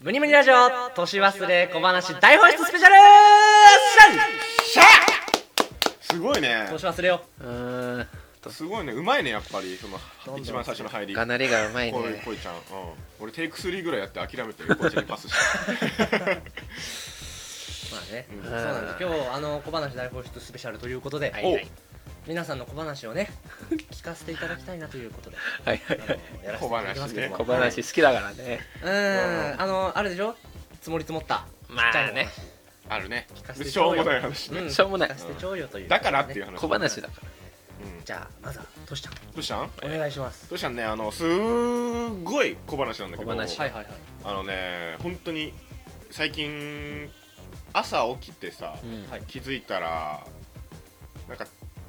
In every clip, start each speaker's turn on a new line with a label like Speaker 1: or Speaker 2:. Speaker 1: ムニムニラジオ年忘れ小話大放出スペシャル
Speaker 2: シャすごいね
Speaker 1: 年忘れようーん
Speaker 2: すごいねうまいねやっぱりその
Speaker 1: どん
Speaker 2: 一番最初の入り
Speaker 3: がなりがうまい
Speaker 2: こい
Speaker 3: ね
Speaker 2: こいちゃん、うん、俺テイク3ぐらいやって諦めてこいちゃんにパスした
Speaker 1: まあね、
Speaker 2: うん
Speaker 1: そうなんです今日あの小話大放出スペシャルということで、
Speaker 3: はいはい
Speaker 1: 皆さんの小話をね 聞かせていただきたいなということ で
Speaker 3: はいはいはい
Speaker 1: あのやらせていただきますけども
Speaker 3: 小話好きだからね
Speaker 1: うーんあのあるでしょ積もり積もった
Speaker 3: まあね
Speaker 2: あるね
Speaker 1: かせて
Speaker 2: しょうもない話ね、
Speaker 1: うん
Speaker 3: しょうもない
Speaker 1: 聞かせてちょうよという
Speaker 2: だからっていう話
Speaker 3: 小話だから
Speaker 2: うん
Speaker 1: じゃあまずはトシちゃん
Speaker 2: どうしたん
Speaker 1: お願いします
Speaker 2: どうしたんねあのすーごい小話なんだけど
Speaker 3: 小話
Speaker 1: はいはいはい
Speaker 2: あのね本当に最近朝起きてさ、
Speaker 3: うん
Speaker 1: はい
Speaker 2: 気づいたらなんか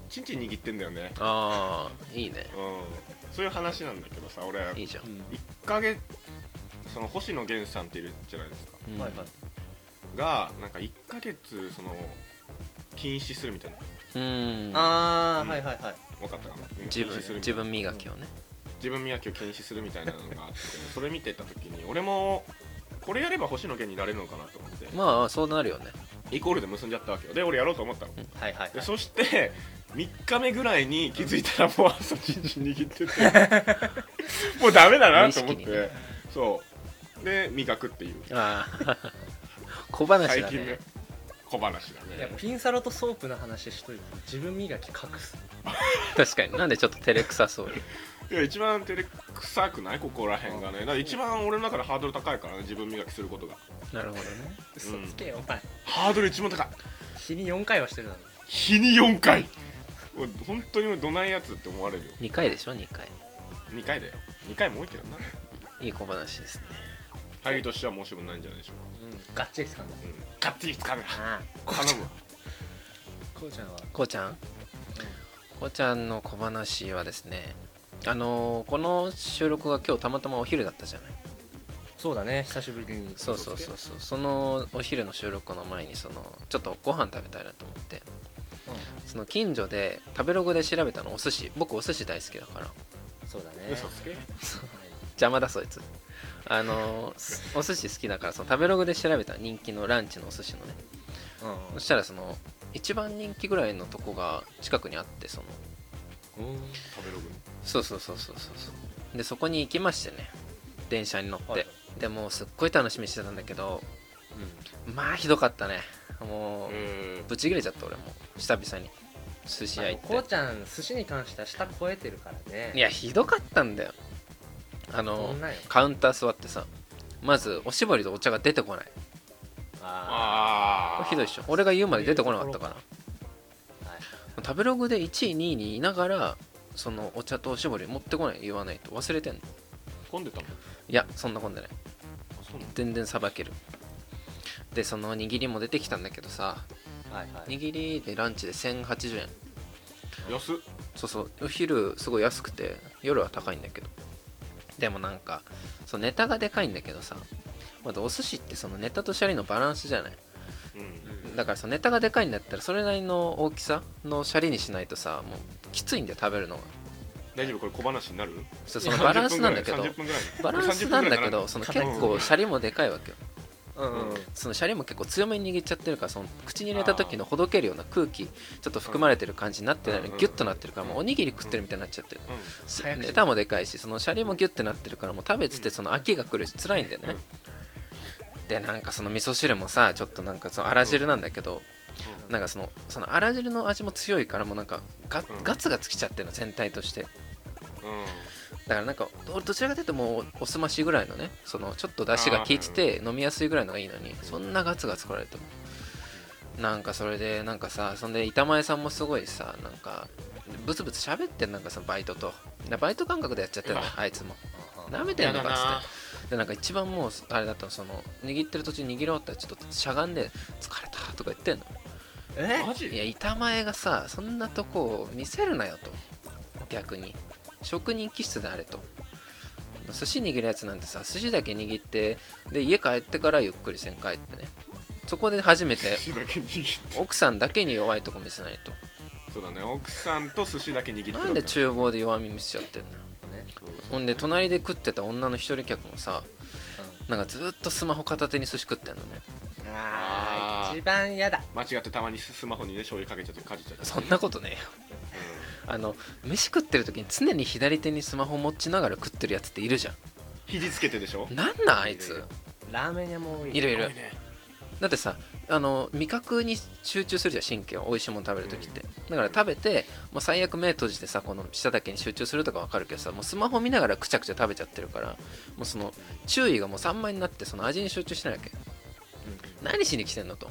Speaker 2: チンチン握ってんだよね
Speaker 3: ああいいね
Speaker 2: うんそういう話なんだけどさ俺
Speaker 3: いいじゃん
Speaker 2: 1ヶ月その星野源さんっているじゃないですか
Speaker 3: うん
Speaker 1: はいはい
Speaker 2: がなんか1ヶ月その禁止するみたいな
Speaker 3: うん
Speaker 1: あーはいはいはい
Speaker 2: 分かったかなうん
Speaker 3: 自
Speaker 2: 禁止するみた
Speaker 3: 分自
Speaker 2: いな
Speaker 3: 分磨きをね
Speaker 2: 自分磨きを禁止するみたいなのがあってそれ見てた時に俺もこれやれば星野源になれるのかなと思って
Speaker 3: まあそうなるよね
Speaker 2: イコールで結んじゃったわけよで俺やろうと思ったの
Speaker 1: はいはい
Speaker 2: で
Speaker 1: はい
Speaker 2: そして3日目ぐらいに気づいたらもう朝チンチン握ってて もうダメだなと思っ
Speaker 3: 無意
Speaker 2: て、
Speaker 3: 識にね
Speaker 2: そうで磨くっていう
Speaker 3: ああ 小話
Speaker 2: 最
Speaker 3: だ
Speaker 2: 近の
Speaker 3: ね
Speaker 2: 小話だ
Speaker 1: いや
Speaker 2: ね
Speaker 1: ピンサロとソープの話しといて自分磨き隠す
Speaker 3: 確かになんでちょっと照れくさそうに
Speaker 2: いや一番照れくさくないここら辺がねだから一番俺の中でハードル高いからね自分磨きすることが
Speaker 3: なるほどね
Speaker 1: 嘘つけよお前
Speaker 2: ハードル一番高い
Speaker 1: 日に4回はしてるだろ
Speaker 2: 日に4回俺本当にどないやつって思われるよ
Speaker 3: 2回でしょ2回
Speaker 2: 2回だよ2回も多いけどない
Speaker 3: い小話ですね
Speaker 2: 入りとしては申し分ないんじゃないでしょう
Speaker 1: うんがっちり掴んだ
Speaker 2: か、うん、勝手に掴むな
Speaker 1: あ
Speaker 2: 頼むわ
Speaker 1: こうちゃんは
Speaker 3: こうちゃんこうちゃんの小話はですねあのーこの収録が今日たまたまお昼だったじゃない
Speaker 1: そうだね久しぶりに
Speaker 3: そうそうそうそうそのお昼の収録の前にそのちょっとご飯食べたいなと思ってその近所で食べログで調べたのお寿司僕お寿司大好きだから
Speaker 1: そうだね
Speaker 2: 嘘つけ
Speaker 3: 邪魔だそいつあのーすお寿司好きだからその食べログで調べた人気のランチのお寿司のねそしたらその一番人気ぐらいのとこが近くにあってその
Speaker 1: うんうん
Speaker 2: 食べログ
Speaker 3: そうそうそうそうそうそうでそこに行きましてね電車に乗って、
Speaker 1: はい
Speaker 3: でもうすっごい楽しみにしてたんだけどまあひどかったねもう、
Speaker 2: え
Speaker 3: ぶち切れちゃった俺も久々に寿司
Speaker 1: まあ
Speaker 3: 屋
Speaker 1: で
Speaker 3: 行
Speaker 1: もこう
Speaker 3: っ
Speaker 1: ちゃん寿司に関しては舌超えてるからね
Speaker 3: ていやひどかったんだよあ
Speaker 1: そ
Speaker 3: の
Speaker 1: んなんよ
Speaker 3: カウンター座ってさまずおしぼりとお茶が出てこない
Speaker 1: あ
Speaker 2: あ
Speaker 3: これ
Speaker 2: あ
Speaker 3: ひどいでしょ俺が言うまで出てこなかったから
Speaker 1: ーはい
Speaker 3: 食べログで1位2位にいながらそのお茶とおしぼり持ってこない言わないと忘れてんの
Speaker 2: 混んでたもん
Speaker 3: いやそんなことない
Speaker 2: あそうなの
Speaker 3: 全然さばけるでその握りも出てきたんだけどさ
Speaker 1: はいはい
Speaker 3: 握りでランチで1080円
Speaker 2: 安っ
Speaker 3: そうそうお昼すごい安くて夜は高いんだけどでもなんかそうネタがでかいんだけどさまだお寿司ってそのネタとシャリのバランスじゃない
Speaker 2: うん
Speaker 3: だからそのネタがでかいんだったらそれなりの大きさのシャリにしないとさもうきついんだよ食べるのが
Speaker 2: 大丈夫これ小話になる
Speaker 3: そうそのバランスなんだけど
Speaker 2: 30分ぐらい
Speaker 3: バランスなんだけどその結構シャリもでかいわけよ
Speaker 1: うんうん
Speaker 3: そのシャリも結構強めに握っちゃってるからその口に入れた時のほどけるような空気ちょっと含まれてる感じになってないの
Speaker 2: うん
Speaker 3: ギュッとなってるから
Speaker 2: うん
Speaker 3: もうおにぎり食ってるみたいになっちゃってる
Speaker 2: うん
Speaker 3: し
Speaker 1: 早口
Speaker 3: ネタもでかいしそのシャリもギュッてなってるからもう食べててその秋が来るし辛いんだよねでなんかその味噌汁もさちょっとなんかそのあら汁なんだけどなんかそのそのあら汁の味も強いからもうなんかガ
Speaker 2: うん
Speaker 3: ガツガツきちゃってるの全体として
Speaker 2: うん
Speaker 3: だからなんかどどちらかというともうおすましぐらいのねそのちょっと出汁が効いてて飲みやすいぐらいのがいいのにそんなガツガツ来られてもなんかそれでなんかさそんで板前さんもすごいさなんかブツブツ喋ってんなんかそのバイトとなバイト感覚でやっちゃってるの
Speaker 2: うわ
Speaker 3: あいつも
Speaker 1: うん
Speaker 3: 舐めて
Speaker 2: や
Speaker 3: んの
Speaker 2: だ
Speaker 3: かっつ
Speaker 2: な
Speaker 3: ってでなんか一番もうあれだったのその握ってる途中に握ろうってちょっとしゃがんで疲れたとか言ってんの
Speaker 1: え
Speaker 2: マ
Speaker 3: いや
Speaker 2: ジ
Speaker 3: 板前がさそんなとこを見せるなよと逆に職人気質であれと寿司握るやつなんてさ寿司だけ握ってで家帰ってからゆっくりせんかいってねそこで初めて
Speaker 2: 寿司だけ握って
Speaker 3: 奥さんだけに弱いとこ見せない
Speaker 2: そうだね奥さんと寿司だけ握って
Speaker 3: と
Speaker 2: る
Speaker 3: なんで厨房で弱み見せちゃってんの
Speaker 1: ね
Speaker 3: ほんで隣で食ってた女の一人客もさなんかずっとスマホ片手に寿司食ってんのね
Speaker 1: あ
Speaker 2: あ
Speaker 1: ー
Speaker 2: ー
Speaker 1: 一番嫌だ
Speaker 2: 間違ってたまにスマホにね醤油かけちゃってかじっちゃって
Speaker 3: そんなことねえよあの飯食ってる時に常に左手にスマホ持ちながら食ってるやつっているじゃ
Speaker 2: 肘つけてでしょ
Speaker 3: んなんなんあいつ
Speaker 1: ラーメン屋も多い
Speaker 3: いるい
Speaker 2: い
Speaker 3: る
Speaker 2: ね
Speaker 3: だってさあの味覚に集中するじゃん神経を美味しいもの食べる時ってだから食べて、まあ、最悪目閉じてさこの舌だけに集中するとかわかるけどさもうスマホ見ながらくちゃくちゃ食べちゃってるからもうその注意がもう散漫になってその味に集中してないわけ何しに来てんのと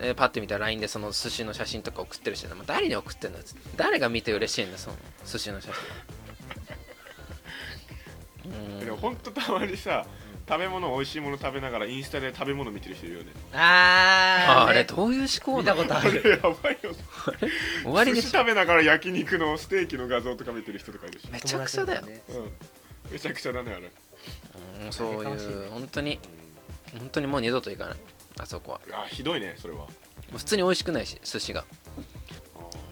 Speaker 3: えーパッて見たら LINE でその寿司の写真とか送ってるし、まあ、誰に送ってんだっつって誰が見て嬉しいんだその寿司の写真う
Speaker 2: う んんでも本当たまにさ食べ物美味しいもの食べながらインスタで食べ物見てる人いるよね
Speaker 1: あー
Speaker 3: あれ
Speaker 1: ね
Speaker 3: どういう思考
Speaker 1: 見
Speaker 3: な
Speaker 1: た
Speaker 3: の
Speaker 1: ことあ
Speaker 2: あれ
Speaker 1: る
Speaker 2: やばいよね
Speaker 3: 終わりで
Speaker 2: 寿
Speaker 3: し
Speaker 2: 司
Speaker 3: ょ
Speaker 2: 食べながら焼肉のステーキの画像とか見てる人とかいるし
Speaker 3: めちゃくちゃだよ
Speaker 1: 友達ね
Speaker 2: うんめちゃくちゃだねあれ
Speaker 3: うんそう
Speaker 1: 悲しい
Speaker 3: い
Speaker 1: ね
Speaker 3: う本当に本当にもう二度と行かないあそこはも
Speaker 2: あひどいねそれは
Speaker 3: う普通に美味しくないし寿司が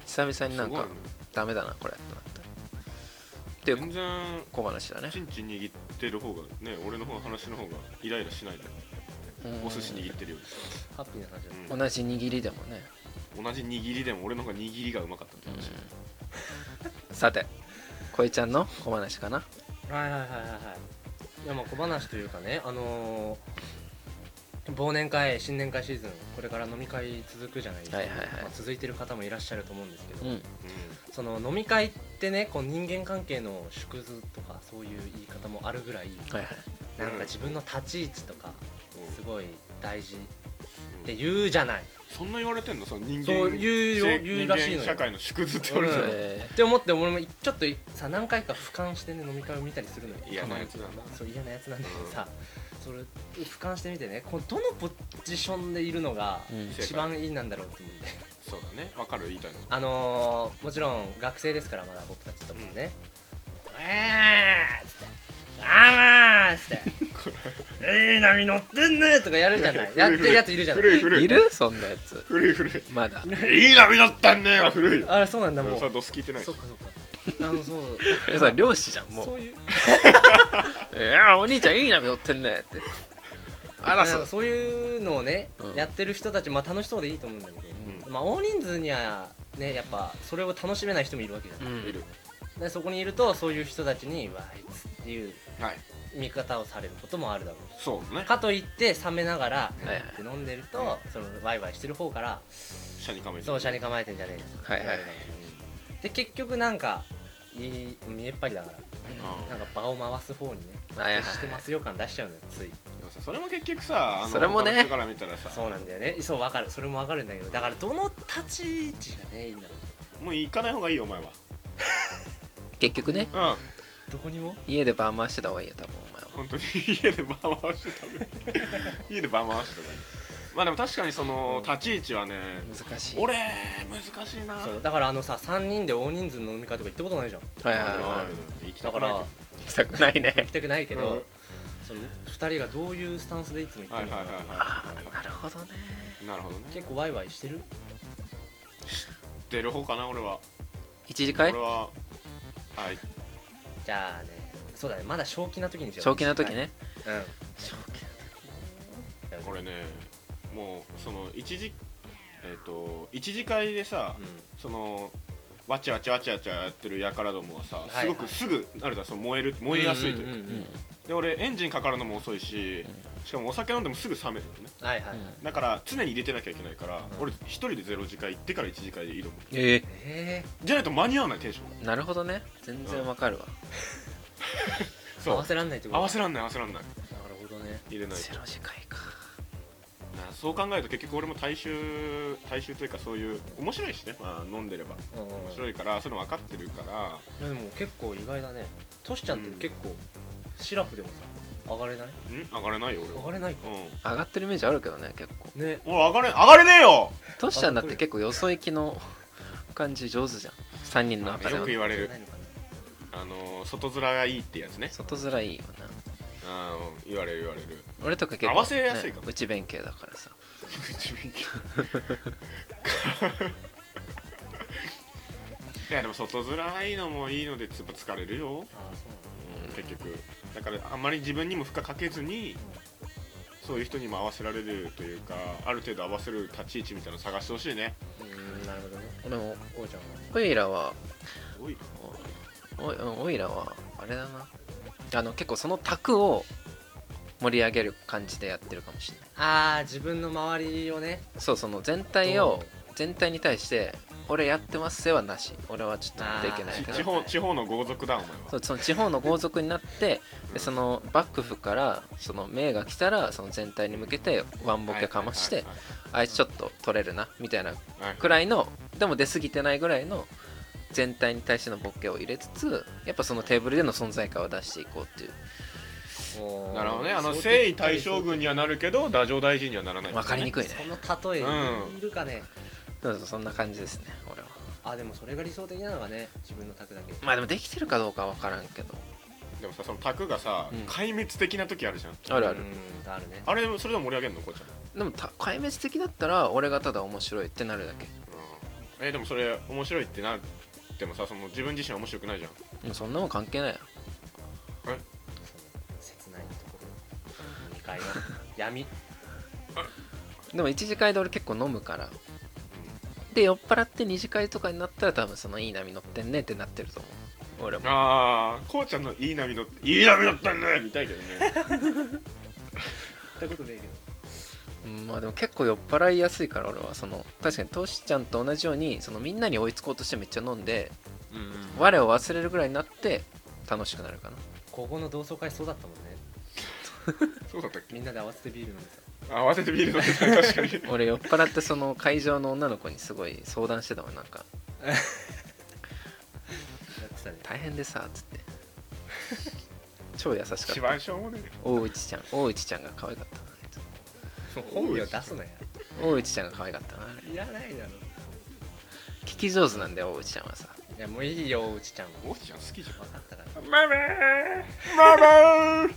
Speaker 3: 久々になん
Speaker 2: す
Speaker 3: か
Speaker 2: ごいね
Speaker 3: ダメだなこれってなったってい
Speaker 2: 全
Speaker 3: う
Speaker 2: 然
Speaker 3: 小話だね
Speaker 2: チンチン握ってる方がね俺の方話の方がイライラしないで
Speaker 3: うん
Speaker 2: お寿司握ってるよ
Speaker 1: ハッピーな感じだ
Speaker 2: り、
Speaker 3: 同じ握りでもね
Speaker 2: うん同じ握りでも俺の方が握りがうまかったって話、
Speaker 3: うんさてこいちゃんの小話かな
Speaker 1: はいはいはいはいはいいやまあ小話というかねあのー忘年会新年会シーズンこれから飲み会続くじゃないですか、
Speaker 3: はいはいはい
Speaker 1: まあ、続いてる方もいらっしゃると思うんですけど、
Speaker 3: うん
Speaker 1: その飲み会ってねこう人間関係の縮図とかそういう言い方もあるぐらい
Speaker 3: はいはい
Speaker 1: なんか自分の立ち位置とか
Speaker 2: うん
Speaker 1: すごい大事っ
Speaker 2: うん
Speaker 1: て言うじゃない
Speaker 2: そんな言われてんのその人間
Speaker 1: そう言うよ
Speaker 2: せ
Speaker 1: 言うらしいのよ
Speaker 2: 人間社会の縮図って言われてるの、
Speaker 3: え
Speaker 1: って思って俺もちょっとさ何回か俯瞰してね飲み会を見たりするのよ
Speaker 2: 嫌なやつだな
Speaker 1: そう嫌なやつなんだけどさ、それ俯瞰してみてねこうどのポジションでいるのが
Speaker 3: うん
Speaker 1: 一番いいなんだろうって思って、
Speaker 2: そうだねわかる言いたいの
Speaker 1: あのー、もちろん学生ですからまだ僕たちともね「ええー!」っつって「あーまー!」っつって「いい波乗ってんね!」とかやるじゃないやってるやついるじゃない
Speaker 2: 古い古
Speaker 3: ー
Speaker 2: い
Speaker 3: いるそんなやつ
Speaker 2: 古い古
Speaker 3: まだ
Speaker 2: いいい波だったんねが古いよ
Speaker 1: あれそうなんだもう
Speaker 2: さ
Speaker 1: そっ
Speaker 2: ドス聞いてな
Speaker 1: か
Speaker 2: い
Speaker 1: そ
Speaker 2: し
Speaker 1: っかあのそう
Speaker 3: えそれ漁師じゃ んもう
Speaker 1: そういう
Speaker 3: いやーお兄ちゃんいい波乗ってんねってあら
Speaker 1: な
Speaker 3: そ
Speaker 1: んか
Speaker 3: う
Speaker 1: そういうのをね、
Speaker 3: うん
Speaker 1: やってる人たち、まあ、楽しそうでいいと思うんだけど、
Speaker 2: う
Speaker 1: まあ、大人数にはねやっぱそれを楽しめない人もいるわけじゃ
Speaker 3: う
Speaker 1: ない、
Speaker 3: ん
Speaker 2: いる
Speaker 1: でそこにいるとそういう人たちに「うわあいつ」っていう
Speaker 2: はい
Speaker 1: 見方をされることもあるだろう
Speaker 2: そうね
Speaker 1: かといって冷めながら
Speaker 3: はいはい
Speaker 1: って飲んでるとそのワイワイしてる方から
Speaker 2: 社に構
Speaker 1: 「
Speaker 2: えて
Speaker 1: そう車に構えてんじゃねえよ」
Speaker 3: はいはいはい
Speaker 1: で結局なんかいい見えっ張りだから
Speaker 2: あ
Speaker 1: なんか場を回す方にね
Speaker 3: はいはい
Speaker 1: 接してますよ感出しちゃうのよつい
Speaker 2: ーでもさそれも結局さあの
Speaker 3: それもね
Speaker 2: 他の人から見たらさ
Speaker 1: そうなんだよねそうわかるそれもわかるんだけどだからどの立ち位置がねいいんだろ
Speaker 2: もう行かない方がいいよお前
Speaker 3: 結局ね
Speaker 2: は
Speaker 1: うどこにも
Speaker 3: 家でバー回してた方がいいよ多分お前は
Speaker 2: うん本当に家でバー回してたべ家でバー回してたべまあでも確かにその立ち位置はね
Speaker 3: 難しい
Speaker 2: 俺難しいな
Speaker 1: そうだからあのさ3人で大人数の飲み会とか行ったことないじゃん
Speaker 3: はいはいは
Speaker 2: あ
Speaker 3: い
Speaker 2: の行きた
Speaker 1: だか
Speaker 2: くない
Speaker 1: ら
Speaker 3: 行きたくないね
Speaker 1: 行きたくない
Speaker 2: け
Speaker 1: け
Speaker 2: ど
Speaker 1: ど、その2人がどういうスタンスでいつも行っ
Speaker 2: はい
Speaker 1: て
Speaker 2: は
Speaker 1: る
Speaker 2: い
Speaker 1: のか
Speaker 2: は
Speaker 1: ない
Speaker 3: あ
Speaker 2: は
Speaker 3: あなるほどね
Speaker 2: いなるほどね
Speaker 1: 結構ワイワイしてる
Speaker 2: 出る方かな俺は
Speaker 3: 一次
Speaker 2: 俺
Speaker 3: 会
Speaker 2: ははい
Speaker 1: じゃあねそうだねまだ正気な時にしよう
Speaker 3: 正気な時ね
Speaker 1: う
Speaker 3: 正
Speaker 1: ん
Speaker 2: これねもうその一時えっ、と一次会でさ、
Speaker 1: う
Speaker 2: そのわちゃわちゃわちゃわちゃやってるやからどもはさ、
Speaker 1: いはい
Speaker 2: すごくすぐなるじゃんその燃える燃えやすいというか、
Speaker 1: んうん
Speaker 3: 気
Speaker 1: うん
Speaker 2: で俺エンジンかかるのも遅いし
Speaker 3: う
Speaker 2: しかもお酒飲んでもすぐ冷めるのね
Speaker 1: はいはいはい、
Speaker 3: うん
Speaker 2: だから常に入れてなきゃいけないから、
Speaker 1: うん
Speaker 2: 俺一人でゼロ次会行ってから一次会で挑む
Speaker 3: ええ
Speaker 1: え
Speaker 2: じゃないと間に合わないテンションが
Speaker 3: なるほどね全然わかるわ
Speaker 1: ー、合わせらんないってこと
Speaker 2: 合わせらんない合わせらんな
Speaker 1: な
Speaker 2: い
Speaker 1: るほどね
Speaker 2: 入れないと
Speaker 3: ゼロ次会か
Speaker 2: なそう考えると結局俺も大衆大衆というかそういう面白いしね、まあ、飲んでれば
Speaker 1: うんうん
Speaker 2: 面白いからそういうの分かってるから
Speaker 1: でも結構意外だねトシちゃんって結構、シラフでもさ上がれない
Speaker 2: ん上がれないよ俺
Speaker 1: 上
Speaker 2: は
Speaker 1: がれないか
Speaker 2: う
Speaker 3: 上がってるイメージあるけどね結構
Speaker 1: ねね
Speaker 2: ん俺上がれ上がれねえよ
Speaker 3: トシちゃんだって結構よそ行きの感じ上手じゃん3人の中で
Speaker 2: よく
Speaker 3: も
Speaker 2: 言われ
Speaker 1: 上
Speaker 2: る
Speaker 1: がれないのかな
Speaker 2: あのー外面がいいってやつね
Speaker 3: 外面いいよな
Speaker 2: あー言われる言われる
Speaker 3: 俺とか結構、
Speaker 2: 合わせやすいかも
Speaker 3: ね内弁慶だからさ
Speaker 2: いやでも外面がいいのもいいのでつっぱ疲れるよ、
Speaker 1: あーそうなんだ
Speaker 2: 結局だからあまり自分にも負荷かけずにそういう人にも合わせられるというかある程度合わせる立ち位置みたいなの探してほしいね
Speaker 1: うんなるほどね
Speaker 3: 俺も
Speaker 1: こうちゃんは
Speaker 3: オイラは
Speaker 2: おい
Speaker 3: おうんオイラはあれだなあの結構その卓を盛り上げる感じでやってるかもしれない
Speaker 1: ああ自分の周りをね
Speaker 3: そうその全体を全体に対して俺やってますせはなし俺はちょっとやっていけない
Speaker 2: ち
Speaker 3: け
Speaker 2: 地
Speaker 3: ど
Speaker 2: 方地方の豪族だお前は
Speaker 3: そうその地方の豪族になって
Speaker 2: うん
Speaker 3: でその幕府からその命が来たらその全体に向けてワンボケかまして
Speaker 2: はい
Speaker 3: あいつちょっと取れるなみたいな
Speaker 2: はいはい
Speaker 3: くらいのでも出過ぎてないぐらいの全体に対してのボケを入れつつやっぱそのテーブルでの存在感を出していこうっていう
Speaker 2: なるほどねあの征夷大将軍にはなるけど太政大臣にはならない
Speaker 3: 分かりに
Speaker 2: く
Speaker 3: くいね
Speaker 1: その例
Speaker 2: うん
Speaker 1: えいるかね、
Speaker 3: そうそうそんな感じですね俺は
Speaker 1: あでもそれが理想的なのがね自分の卓だけ
Speaker 3: まあでもできてるかどうかは分からんけど
Speaker 2: でもさその卓がさ、
Speaker 3: うん
Speaker 2: 壊滅的な時あるじゃん
Speaker 3: あるある
Speaker 1: うんあるね
Speaker 2: あれそれでも盛り上げるのこうちゃん、
Speaker 3: でもた壊滅的だったら俺がただ面白いってなるだけ
Speaker 2: うんえでもそれ面白いってなってもさその自分自身は面白くないじゃん
Speaker 3: でもそんなもん関係ないや
Speaker 1: 切ないところ2階 の闇
Speaker 3: でも一次会で俺結構飲むからで酔っ払って二次会とかになったら多分そのいい波乗ってんねってなってると思う俺も
Speaker 2: ああこうちゃんのいい波乗っていい波乗ったんだよ見たいけどね
Speaker 1: ってことでいいけ
Speaker 3: うんまあでも結構酔っ払いやすいから俺はその確かにトシちゃんと同じようにそのみんなに追いつこうとしてめっちゃ飲んで
Speaker 2: うん、
Speaker 3: 我を忘れるぐらいになって楽しくなるかな
Speaker 1: ここの同窓会そうだったもんね
Speaker 2: そうだったっけ
Speaker 1: みんなで合わせてビール飲んで
Speaker 2: あ合わせてビール飲んでた確かに
Speaker 3: 俺酔っ払ってその会場の女の子にすごい相談してたもんなんか
Speaker 1: たやってたね
Speaker 3: 大変でさっつ って超優しかった
Speaker 2: 一番しょうもね
Speaker 3: 大内ちゃん大内ちゃんが可愛かったなあいつ
Speaker 1: 本名出すなや
Speaker 3: 大内ちゃんが可愛かったなあれ
Speaker 1: いらないだろ
Speaker 3: 聞き上手なんだよ大内ちゃんはさ
Speaker 1: いやもういいようちちゃんは
Speaker 2: えおうちゃん好きじゃん
Speaker 1: 分かったから
Speaker 2: ママーママー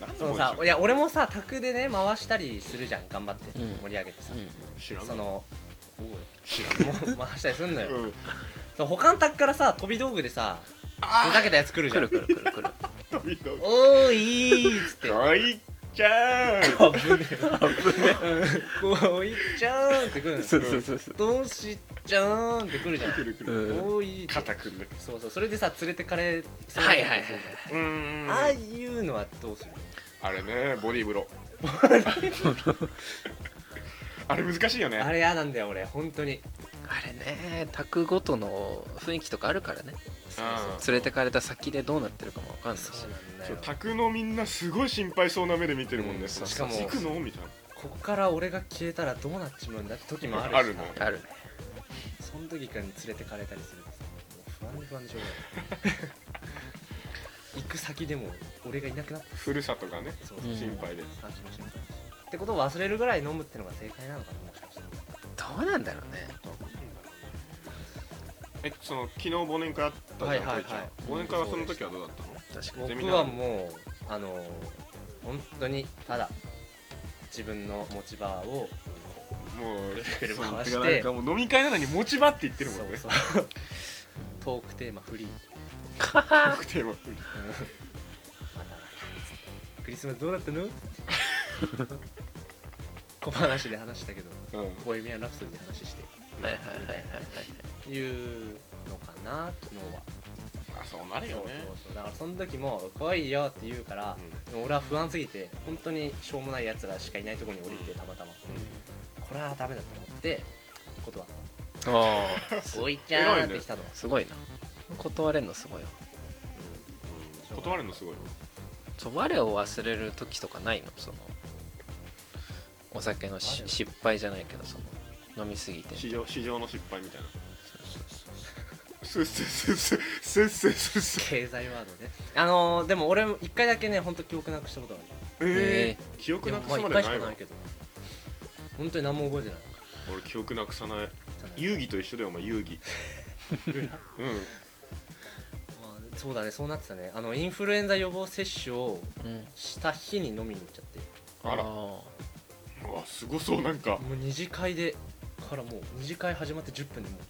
Speaker 2: 何
Speaker 1: そのさいや俺もさ卓でね回したりするじゃん頑張って
Speaker 3: うん
Speaker 1: 盛り上げてさ、
Speaker 2: 知ら
Speaker 1: そ
Speaker 2: ない
Speaker 1: の
Speaker 2: 知
Speaker 1: もう回したりすんの
Speaker 2: ら
Speaker 1: よ、
Speaker 2: ない、うん、
Speaker 1: そう他の卓からさ飛び道具でさふざけたやつ来るじ
Speaker 3: く
Speaker 1: ゃん
Speaker 3: るくるくるくる
Speaker 2: 飛び道具
Speaker 1: おーいーっつって
Speaker 2: おいちゃん
Speaker 1: 危ねえうんこういっちゃーんってくるの
Speaker 3: そうそうそうそう
Speaker 1: どうしっちゃーんってくるじゃん
Speaker 2: くるく
Speaker 3: う
Speaker 2: る
Speaker 3: ん
Speaker 1: おーいって
Speaker 2: 肩組んで
Speaker 1: そうそうそれでさ連れてかれそう
Speaker 3: はいはいはい
Speaker 2: うんうんうん
Speaker 1: ああいうのはどうする
Speaker 2: あれねボディーブロあれ難しいよ
Speaker 1: あ
Speaker 2: ね
Speaker 1: れ嫌なんだよ俺本当に
Speaker 3: あれね宅ごとの雰囲気とかあるからね
Speaker 2: うん
Speaker 3: 連れてかれた先でどうなってるかもわかんないし
Speaker 1: そうなんだ
Speaker 2: そう
Speaker 1: よ
Speaker 2: 宅のみんなすごい心配そうな目で見てるもんね、
Speaker 3: うん
Speaker 2: そう
Speaker 1: しかも
Speaker 2: 行くのみたい
Speaker 1: ここから俺が消えたらどうなっちまうんだって時もあるし
Speaker 2: あるの
Speaker 3: あるね
Speaker 1: その時から連れてかれたりするとさもう不安で不安でしょうがない行く先でも俺がいなくなっ
Speaker 2: なふるさとがね
Speaker 1: たそう
Speaker 3: うん
Speaker 2: 心配で、
Speaker 1: 三種の心配ってことを忘れるぐらい飲むってのが正解なのかなもしかして
Speaker 3: どうなんだろうね
Speaker 2: えその昨日忘年会あったじゃん、
Speaker 1: はいはいはい
Speaker 2: こいちゃん忘年会はその時はどうだったの
Speaker 3: 確かに
Speaker 2: ゼミ
Speaker 1: 僕
Speaker 2: ナー
Speaker 1: はもうあのー本当にただ自分の持ち場を
Speaker 2: もう
Speaker 1: くる回して
Speaker 2: そうてかなんかもう飲み会なのに持ち場って言ってるもんね
Speaker 1: そうそう トークテーマフリー
Speaker 2: 特定は
Speaker 1: またクリスマスどうだ ったの小話で話したけど
Speaker 2: うん
Speaker 1: ボヘミアン・ラプソディで話して
Speaker 3: はいはいはいはいはい
Speaker 1: いうのかな昨日は
Speaker 2: あそうなるよね
Speaker 1: そうそうだからその時も「来いよ」って言うから、でも俺は不安すぎて本当にしょうもないやつらしかいないところに降りてたまたま、これはダメだと思って断った
Speaker 3: あ
Speaker 1: おいちゃんってきたと
Speaker 3: あすごいな断れんのすごいわ
Speaker 2: うん断るのすごいよ
Speaker 3: そう我を忘れる時とかないのそのお酒のし失敗じゃないけどその飲みすぎて
Speaker 2: 市場市場の失敗みたいなスッスッスッスッスッスッスッスッ
Speaker 1: 経済ワードねあのー、でも俺も一回だけね本当記憶なくしたことがある
Speaker 2: え
Speaker 3: え
Speaker 2: ー記憶
Speaker 1: い
Speaker 2: な
Speaker 1: や
Speaker 2: く
Speaker 1: まあ
Speaker 2: す
Speaker 1: 一
Speaker 2: ま
Speaker 1: 回
Speaker 2: で
Speaker 1: し
Speaker 2: な
Speaker 1: か
Speaker 2: い
Speaker 1: な
Speaker 2: わ
Speaker 1: いけど本当に何も覚えてない
Speaker 2: 俺記憶なくさない遊戯と一緒だよお前遊戯 う
Speaker 1: まあそうだねそうなってたねあのインフルエンザ予防接種を
Speaker 3: うん
Speaker 1: した日に飲みに行っちゃって
Speaker 2: んあら
Speaker 3: あ
Speaker 2: うわすごそうなんか
Speaker 1: もう二次会でからもう二次会始まって10分でもう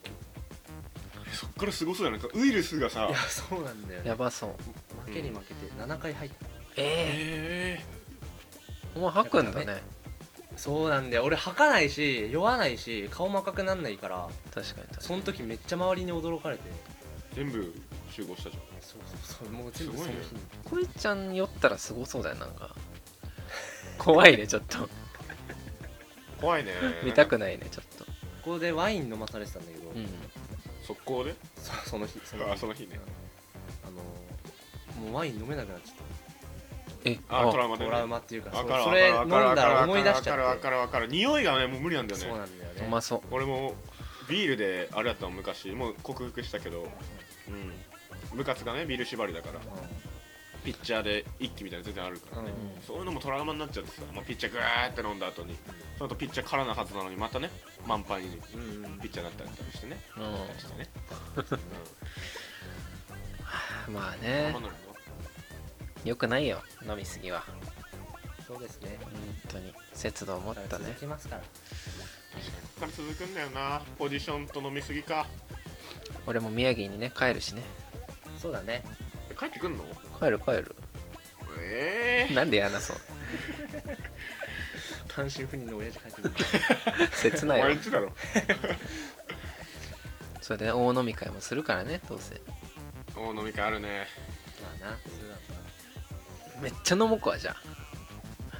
Speaker 2: そっからすごそうやなんかウイルスが
Speaker 1: い
Speaker 2: さ
Speaker 1: やそうなんだよ
Speaker 3: ー
Speaker 1: ね
Speaker 3: やばそう
Speaker 1: 賭けに負けて7回入った、
Speaker 3: え
Speaker 2: え
Speaker 3: えお前吐くんだね
Speaker 1: そうなんだよ俺吐かないし酔わないし顔も赤くなんないから
Speaker 3: 確かに確か
Speaker 1: その時めっちゃ周りに驚かれて
Speaker 2: ー、全部集合したじゃ
Speaker 1: そうそうそうもう全部
Speaker 2: す
Speaker 1: そ
Speaker 2: ごい
Speaker 1: の
Speaker 2: ね
Speaker 1: 日に
Speaker 3: にこいちゃん酔ったらすごそうだよなん か怖いねちょっと
Speaker 2: ん怖いね
Speaker 3: 見たくないねちょっと
Speaker 1: ここでワイン飲まされてたんだけど、
Speaker 3: うん
Speaker 2: 速攻で
Speaker 1: そその日その
Speaker 2: あ
Speaker 1: 日
Speaker 2: その日ね
Speaker 1: あのもうワイン飲めなくなっちゃっ
Speaker 3: え
Speaker 2: あトラウマ
Speaker 1: た
Speaker 2: で
Speaker 1: ト
Speaker 2: ね
Speaker 1: ラウマっていうか
Speaker 2: わ
Speaker 1: そう
Speaker 2: かる
Speaker 1: それ飲
Speaker 2: わ
Speaker 1: ん
Speaker 2: かるわ
Speaker 1: だ
Speaker 2: かる
Speaker 1: ら
Speaker 2: わ
Speaker 1: 思い出しち
Speaker 2: かる
Speaker 1: ゃ
Speaker 2: わ
Speaker 1: っ
Speaker 2: か
Speaker 1: て
Speaker 2: るわかる匂いがねもう無理なんだよ
Speaker 1: そう
Speaker 2: ね
Speaker 1: なんだよ
Speaker 3: う
Speaker 1: ね
Speaker 3: まそう
Speaker 2: 俺もビールであれだったの昔もう克服したけどうん部活がねビール縛りだからピッチャーで一気みたいなの全然あるからね、
Speaker 1: う
Speaker 2: そういうのもトラウマになっちゃってさ、まあ、ピッチャーグーって飲んだ後にその後ピッチャーからなはずなのにまたね満杯に
Speaker 1: うんうんうん
Speaker 2: ピッチャーになったりしてね
Speaker 3: う
Speaker 2: してね、
Speaker 3: んまあ
Speaker 2: うん、
Speaker 3: ね
Speaker 2: トラウマになる
Speaker 3: よくないよ飲みすぎは
Speaker 1: そうですね
Speaker 3: 本当に節度を持っ
Speaker 1: だか
Speaker 3: た
Speaker 1: ら続
Speaker 3: ね
Speaker 1: きますから
Speaker 2: のこっから続くんだよなポジションと飲みすぎか
Speaker 3: 俺も宮城にね帰るしね
Speaker 1: そうだね
Speaker 2: え帰ってくんの
Speaker 3: 帰る帰る
Speaker 2: ええ
Speaker 3: なんでやなそう
Speaker 1: 単身赴任の親父帰ってくる
Speaker 3: 切
Speaker 2: お
Speaker 3: ない
Speaker 2: 前
Speaker 3: わ
Speaker 2: んちだろ
Speaker 3: それで大飲み会もするからねどうせ
Speaker 2: お飲み会あるね
Speaker 1: まあなそうだな
Speaker 3: めっちゃ飲もうかじゃ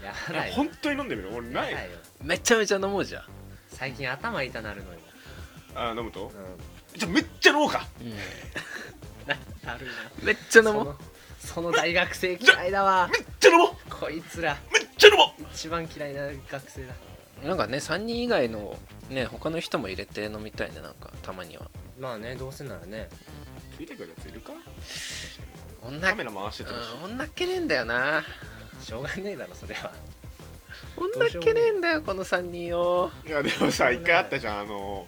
Speaker 3: あ
Speaker 1: やだよ
Speaker 2: 本当に飲んでみる俺ない、
Speaker 1: やだよ
Speaker 3: めちゃめちゃ飲もうじゃあ
Speaker 1: 最近頭痛なるのよ
Speaker 2: あ飲むと
Speaker 1: う
Speaker 2: じゃめっちゃ飲もうか
Speaker 3: うん
Speaker 1: んだるいな
Speaker 3: めっちゃ飲
Speaker 1: そ
Speaker 3: もう
Speaker 1: のその大学生嫌いだ わ
Speaker 2: めっちゃ飲もう
Speaker 1: こいつら
Speaker 2: めっちゃ飲も
Speaker 1: 一番嫌いな学生だ
Speaker 3: なんかね3人以外のね他の人も入れて飲みたいねなんかたまには
Speaker 1: まあねどうせならね
Speaker 2: うついてくるやついるか
Speaker 3: 女
Speaker 2: カ
Speaker 3: っ
Speaker 2: メラ回しててほしい
Speaker 3: うん女っけねえんだよな
Speaker 1: しょうがねえだろそれは
Speaker 3: 女っけねえんだよこの3人を
Speaker 2: いやでもさ一回あったじゃんあの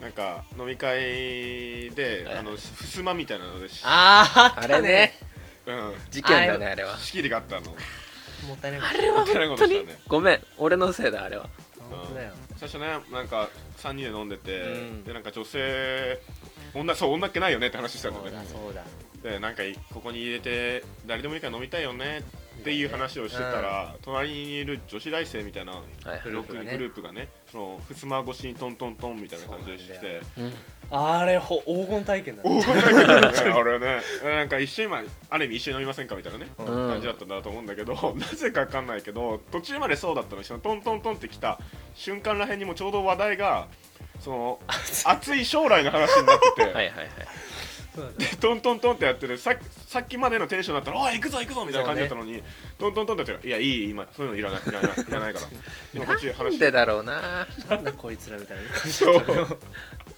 Speaker 2: なんか飲み会で
Speaker 3: はい
Speaker 2: あのふすまみたいなのでし、
Speaker 1: あ
Speaker 3: あれね
Speaker 2: うん、
Speaker 3: 事件だねあれは
Speaker 2: 仕切りがあった
Speaker 1: も
Speaker 2: の
Speaker 1: ったいない
Speaker 3: あれは本当にごめん俺のせいだあれは
Speaker 1: 本当だよ
Speaker 2: 最初ねなんか3人で飲んでて、
Speaker 1: うん
Speaker 2: でなんか女性女そう女っけないよねって話したん
Speaker 1: そう
Speaker 2: だよ
Speaker 1: だ
Speaker 2: ね
Speaker 1: そうだ
Speaker 2: でなんかいここに入れて誰でもいいから飲みたいよねっていう話をしてたら、隣にいる女子大生みたいな
Speaker 3: はい
Speaker 1: グル
Speaker 2: 6
Speaker 1: ープ
Speaker 2: 人
Speaker 1: がね
Speaker 2: グループがねそのふすま越しにトントントンみたいな感じでし
Speaker 1: そうなんだ
Speaker 2: て
Speaker 1: よ
Speaker 3: うん
Speaker 1: あれほ黄金体験だね
Speaker 2: 大声だけどねあれねなんか一緒にまあある意味一緒に飲みませんかみたいなね
Speaker 1: うん
Speaker 3: うん
Speaker 2: 感じだったんだと思うんだけど、 なぜかわかんないけど途中までそうだったのにそのトントントンって来た瞬間らへんにもちょうど話題がそ の熱い将来の話になってて、
Speaker 3: はいはいはい
Speaker 1: そうなんだ
Speaker 2: でトントントンってやってるささっきまでのテンションだったら「おい行くぞ行くぞ」みたいな感じだったのに、トントントンってやって「いやいい今そういうのいらないいらないいら ないから今こっちで
Speaker 3: な
Speaker 2: 話
Speaker 3: ん
Speaker 2: して
Speaker 3: でだろうな
Speaker 1: なんだこいつらみたいな感じ
Speaker 2: そう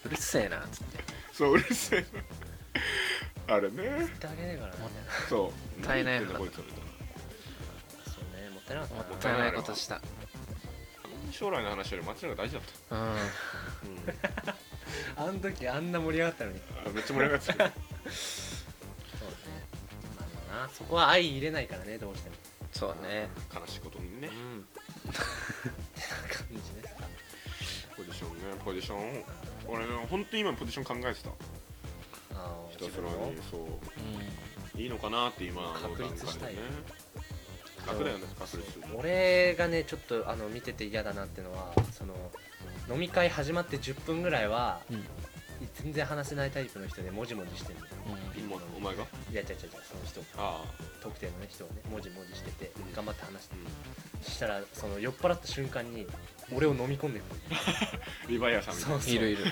Speaker 3: うるせえなつって
Speaker 2: そううるせえなあれね
Speaker 1: 言ってあげねえからね
Speaker 2: そう
Speaker 3: もったいない
Speaker 2: 何
Speaker 3: 話
Speaker 2: 言ってんだこいつみたいな
Speaker 1: そうねもったいなか
Speaker 3: も
Speaker 1: っ
Speaker 3: ったた
Speaker 1: ない
Speaker 3: ないことした
Speaker 2: 将来の話より街の方が大事だっ
Speaker 3: うん
Speaker 2: た、
Speaker 1: あの時あんな盛り上がったのに
Speaker 2: あめっちゃ盛り上がってた
Speaker 1: そうだねまあでもなそこは相入れないからねどうしても
Speaker 3: そうね
Speaker 2: 悲しいことにね
Speaker 1: んってな感じですか
Speaker 2: ポジションねポジション俺ね本当に今ポジション考えてた
Speaker 1: あ
Speaker 2: ひ
Speaker 1: ー
Speaker 2: た
Speaker 1: 自
Speaker 2: すら
Speaker 1: 分を
Speaker 2: にそう
Speaker 3: う
Speaker 2: いいのかなって今の段階
Speaker 1: 確立したい
Speaker 2: でね楽だよね確立
Speaker 1: 俺がねちょっとあの見てて嫌だなってのはその飲み会始まって10分ぐらいは、
Speaker 3: うん
Speaker 1: 全然話せないタイプの人でモジモジしてるの
Speaker 3: んうん
Speaker 2: 今のお前が
Speaker 1: いや違う違う違うその人
Speaker 2: ああ
Speaker 1: 特定の、ね、人をねモジモジしてて
Speaker 2: うん
Speaker 1: 頑張って話して
Speaker 2: うん
Speaker 1: したらその酔っ払った瞬間に俺を飲み込んでくる
Speaker 2: リヴァイアさんみたい
Speaker 1: そ
Speaker 2: な
Speaker 1: うそう
Speaker 3: いる
Speaker 1: い
Speaker 3: いる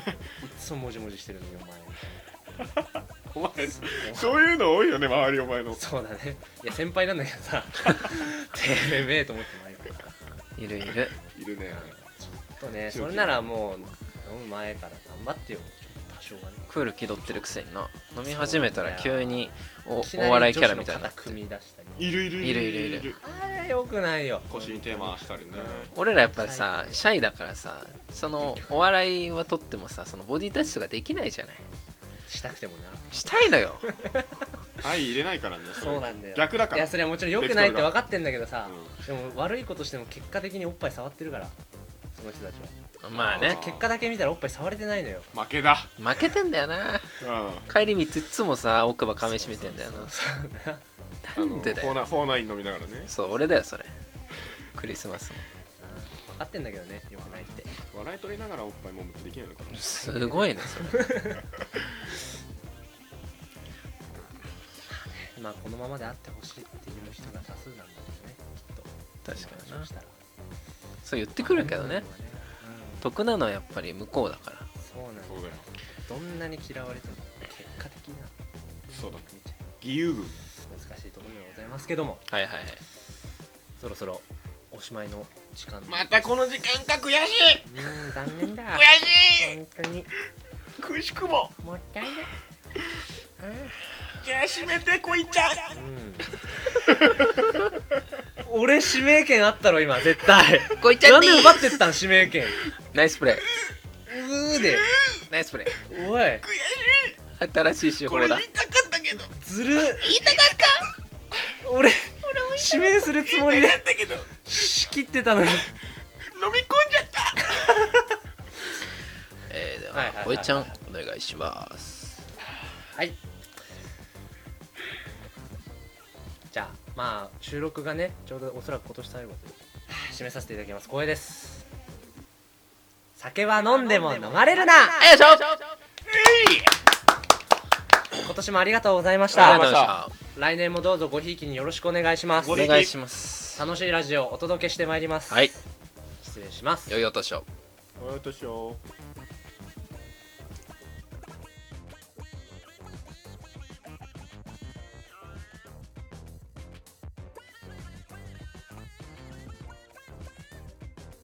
Speaker 1: つもモジモジしてるのにお前
Speaker 2: お前
Speaker 1: そう
Speaker 2: そういうの多いよね周りお前の
Speaker 1: そうだねいや先輩なんだけど さてめえと思って毎回
Speaker 3: いるいる
Speaker 2: いるね
Speaker 1: ちょっとね
Speaker 2: 強
Speaker 1: そ
Speaker 2: 気
Speaker 1: れならもう飲む前から頑張ってよちょっと多少はね
Speaker 3: クール気取ってるくせにな飲み始めたら急にお
Speaker 1: いきなり
Speaker 3: お笑いキャラみたいになっ
Speaker 1: 女子
Speaker 3: て
Speaker 1: の肩組み出したり
Speaker 2: いるいる
Speaker 3: いるいるいる
Speaker 1: あれよくないよ
Speaker 2: 腰に手回したりね
Speaker 3: 俺らやっぱりさシャイだからさそのお笑いはとってもさそのボディタッチとかできないじゃない
Speaker 1: したくてもな
Speaker 3: したいのよ
Speaker 2: はい入れないからねれ
Speaker 1: そうなんだよ
Speaker 2: 逆だか
Speaker 1: い
Speaker 2: ら
Speaker 1: やそれはもちろんよくないって
Speaker 2: ベクトルが
Speaker 1: 分かってんだけどさ
Speaker 2: うん、
Speaker 1: でも悪いことしても結果的におっぱい触ってるからその人たちは
Speaker 3: まあね
Speaker 1: 結果だけ見たらおっぱい触れてないのよ
Speaker 2: 負けだ
Speaker 3: 負けてんだよ
Speaker 2: う
Speaker 3: な
Speaker 2: ん
Speaker 3: 帰り道いつもさ奥歯噛みしめてんだよな
Speaker 1: そうそうそう
Speaker 2: あの
Speaker 3: でだ
Speaker 2: フ
Speaker 3: よ
Speaker 2: ォーナフォーナイン飲みながらね
Speaker 3: そう俺だよそれクリスマスも
Speaker 1: 分かってんだけどねよくないって
Speaker 2: 笑い取りながらおっぱいもむってできないのかな
Speaker 3: すごいねそれ
Speaker 1: まあこのままであってほしいっていう人が多数なんだよねきっと
Speaker 3: 確かにな
Speaker 1: 話をしたら
Speaker 3: そう言ってくるけどね
Speaker 1: うん
Speaker 3: 得なのはやっぱり向こうだから
Speaker 1: そうなんだ
Speaker 2: そうだよ
Speaker 1: どんなに嫌われても結果的な
Speaker 2: そうだ
Speaker 1: 見ちゃ
Speaker 2: 義勇軍
Speaker 1: う難しいところではございますけども
Speaker 3: はいはいはい
Speaker 1: そろそろおしまいの時間
Speaker 2: またこの時間か悔しいう
Speaker 1: ーん残念だ
Speaker 2: 悔しい
Speaker 1: 本当に
Speaker 2: くしくも
Speaker 1: もったいない
Speaker 2: じゃあ閉めてこいちゃん
Speaker 1: うん俺指名権あったろ今絶対
Speaker 3: こいちゃ
Speaker 1: なんんで
Speaker 3: に
Speaker 1: 奪ってったん指名権
Speaker 3: ナイスプレ
Speaker 1: うーで
Speaker 3: ーナイスプレ
Speaker 1: おい
Speaker 2: 悔しい
Speaker 3: ー新しい手
Speaker 2: こ
Speaker 3: 法
Speaker 2: れ
Speaker 3: だ
Speaker 2: 言いたかったけど
Speaker 1: ずる言いたかった俺指名するつもりで
Speaker 2: 言いたかったけど飲
Speaker 1: 仕切ってたのに
Speaker 2: み込んじゃった
Speaker 3: えー、で
Speaker 1: はいはいは
Speaker 3: はいこいちゃんお願いします
Speaker 1: はいじゃあまあ収録がねちょうどおそらく今年最後で締めさせていただきます光栄です酒は飲んでも飲まれるな
Speaker 3: あよいしょ
Speaker 1: 今年もありがとうございまし
Speaker 3: ありがとう
Speaker 1: た
Speaker 3: ございました
Speaker 1: 来年もどうぞごひいきによろしくお願いします
Speaker 2: ご
Speaker 3: お
Speaker 2: ひいき
Speaker 3: 願いします
Speaker 1: 楽しいラジオをお届けしてまいります
Speaker 3: はい
Speaker 1: 失礼します
Speaker 3: 良いお年を
Speaker 2: おいとしよう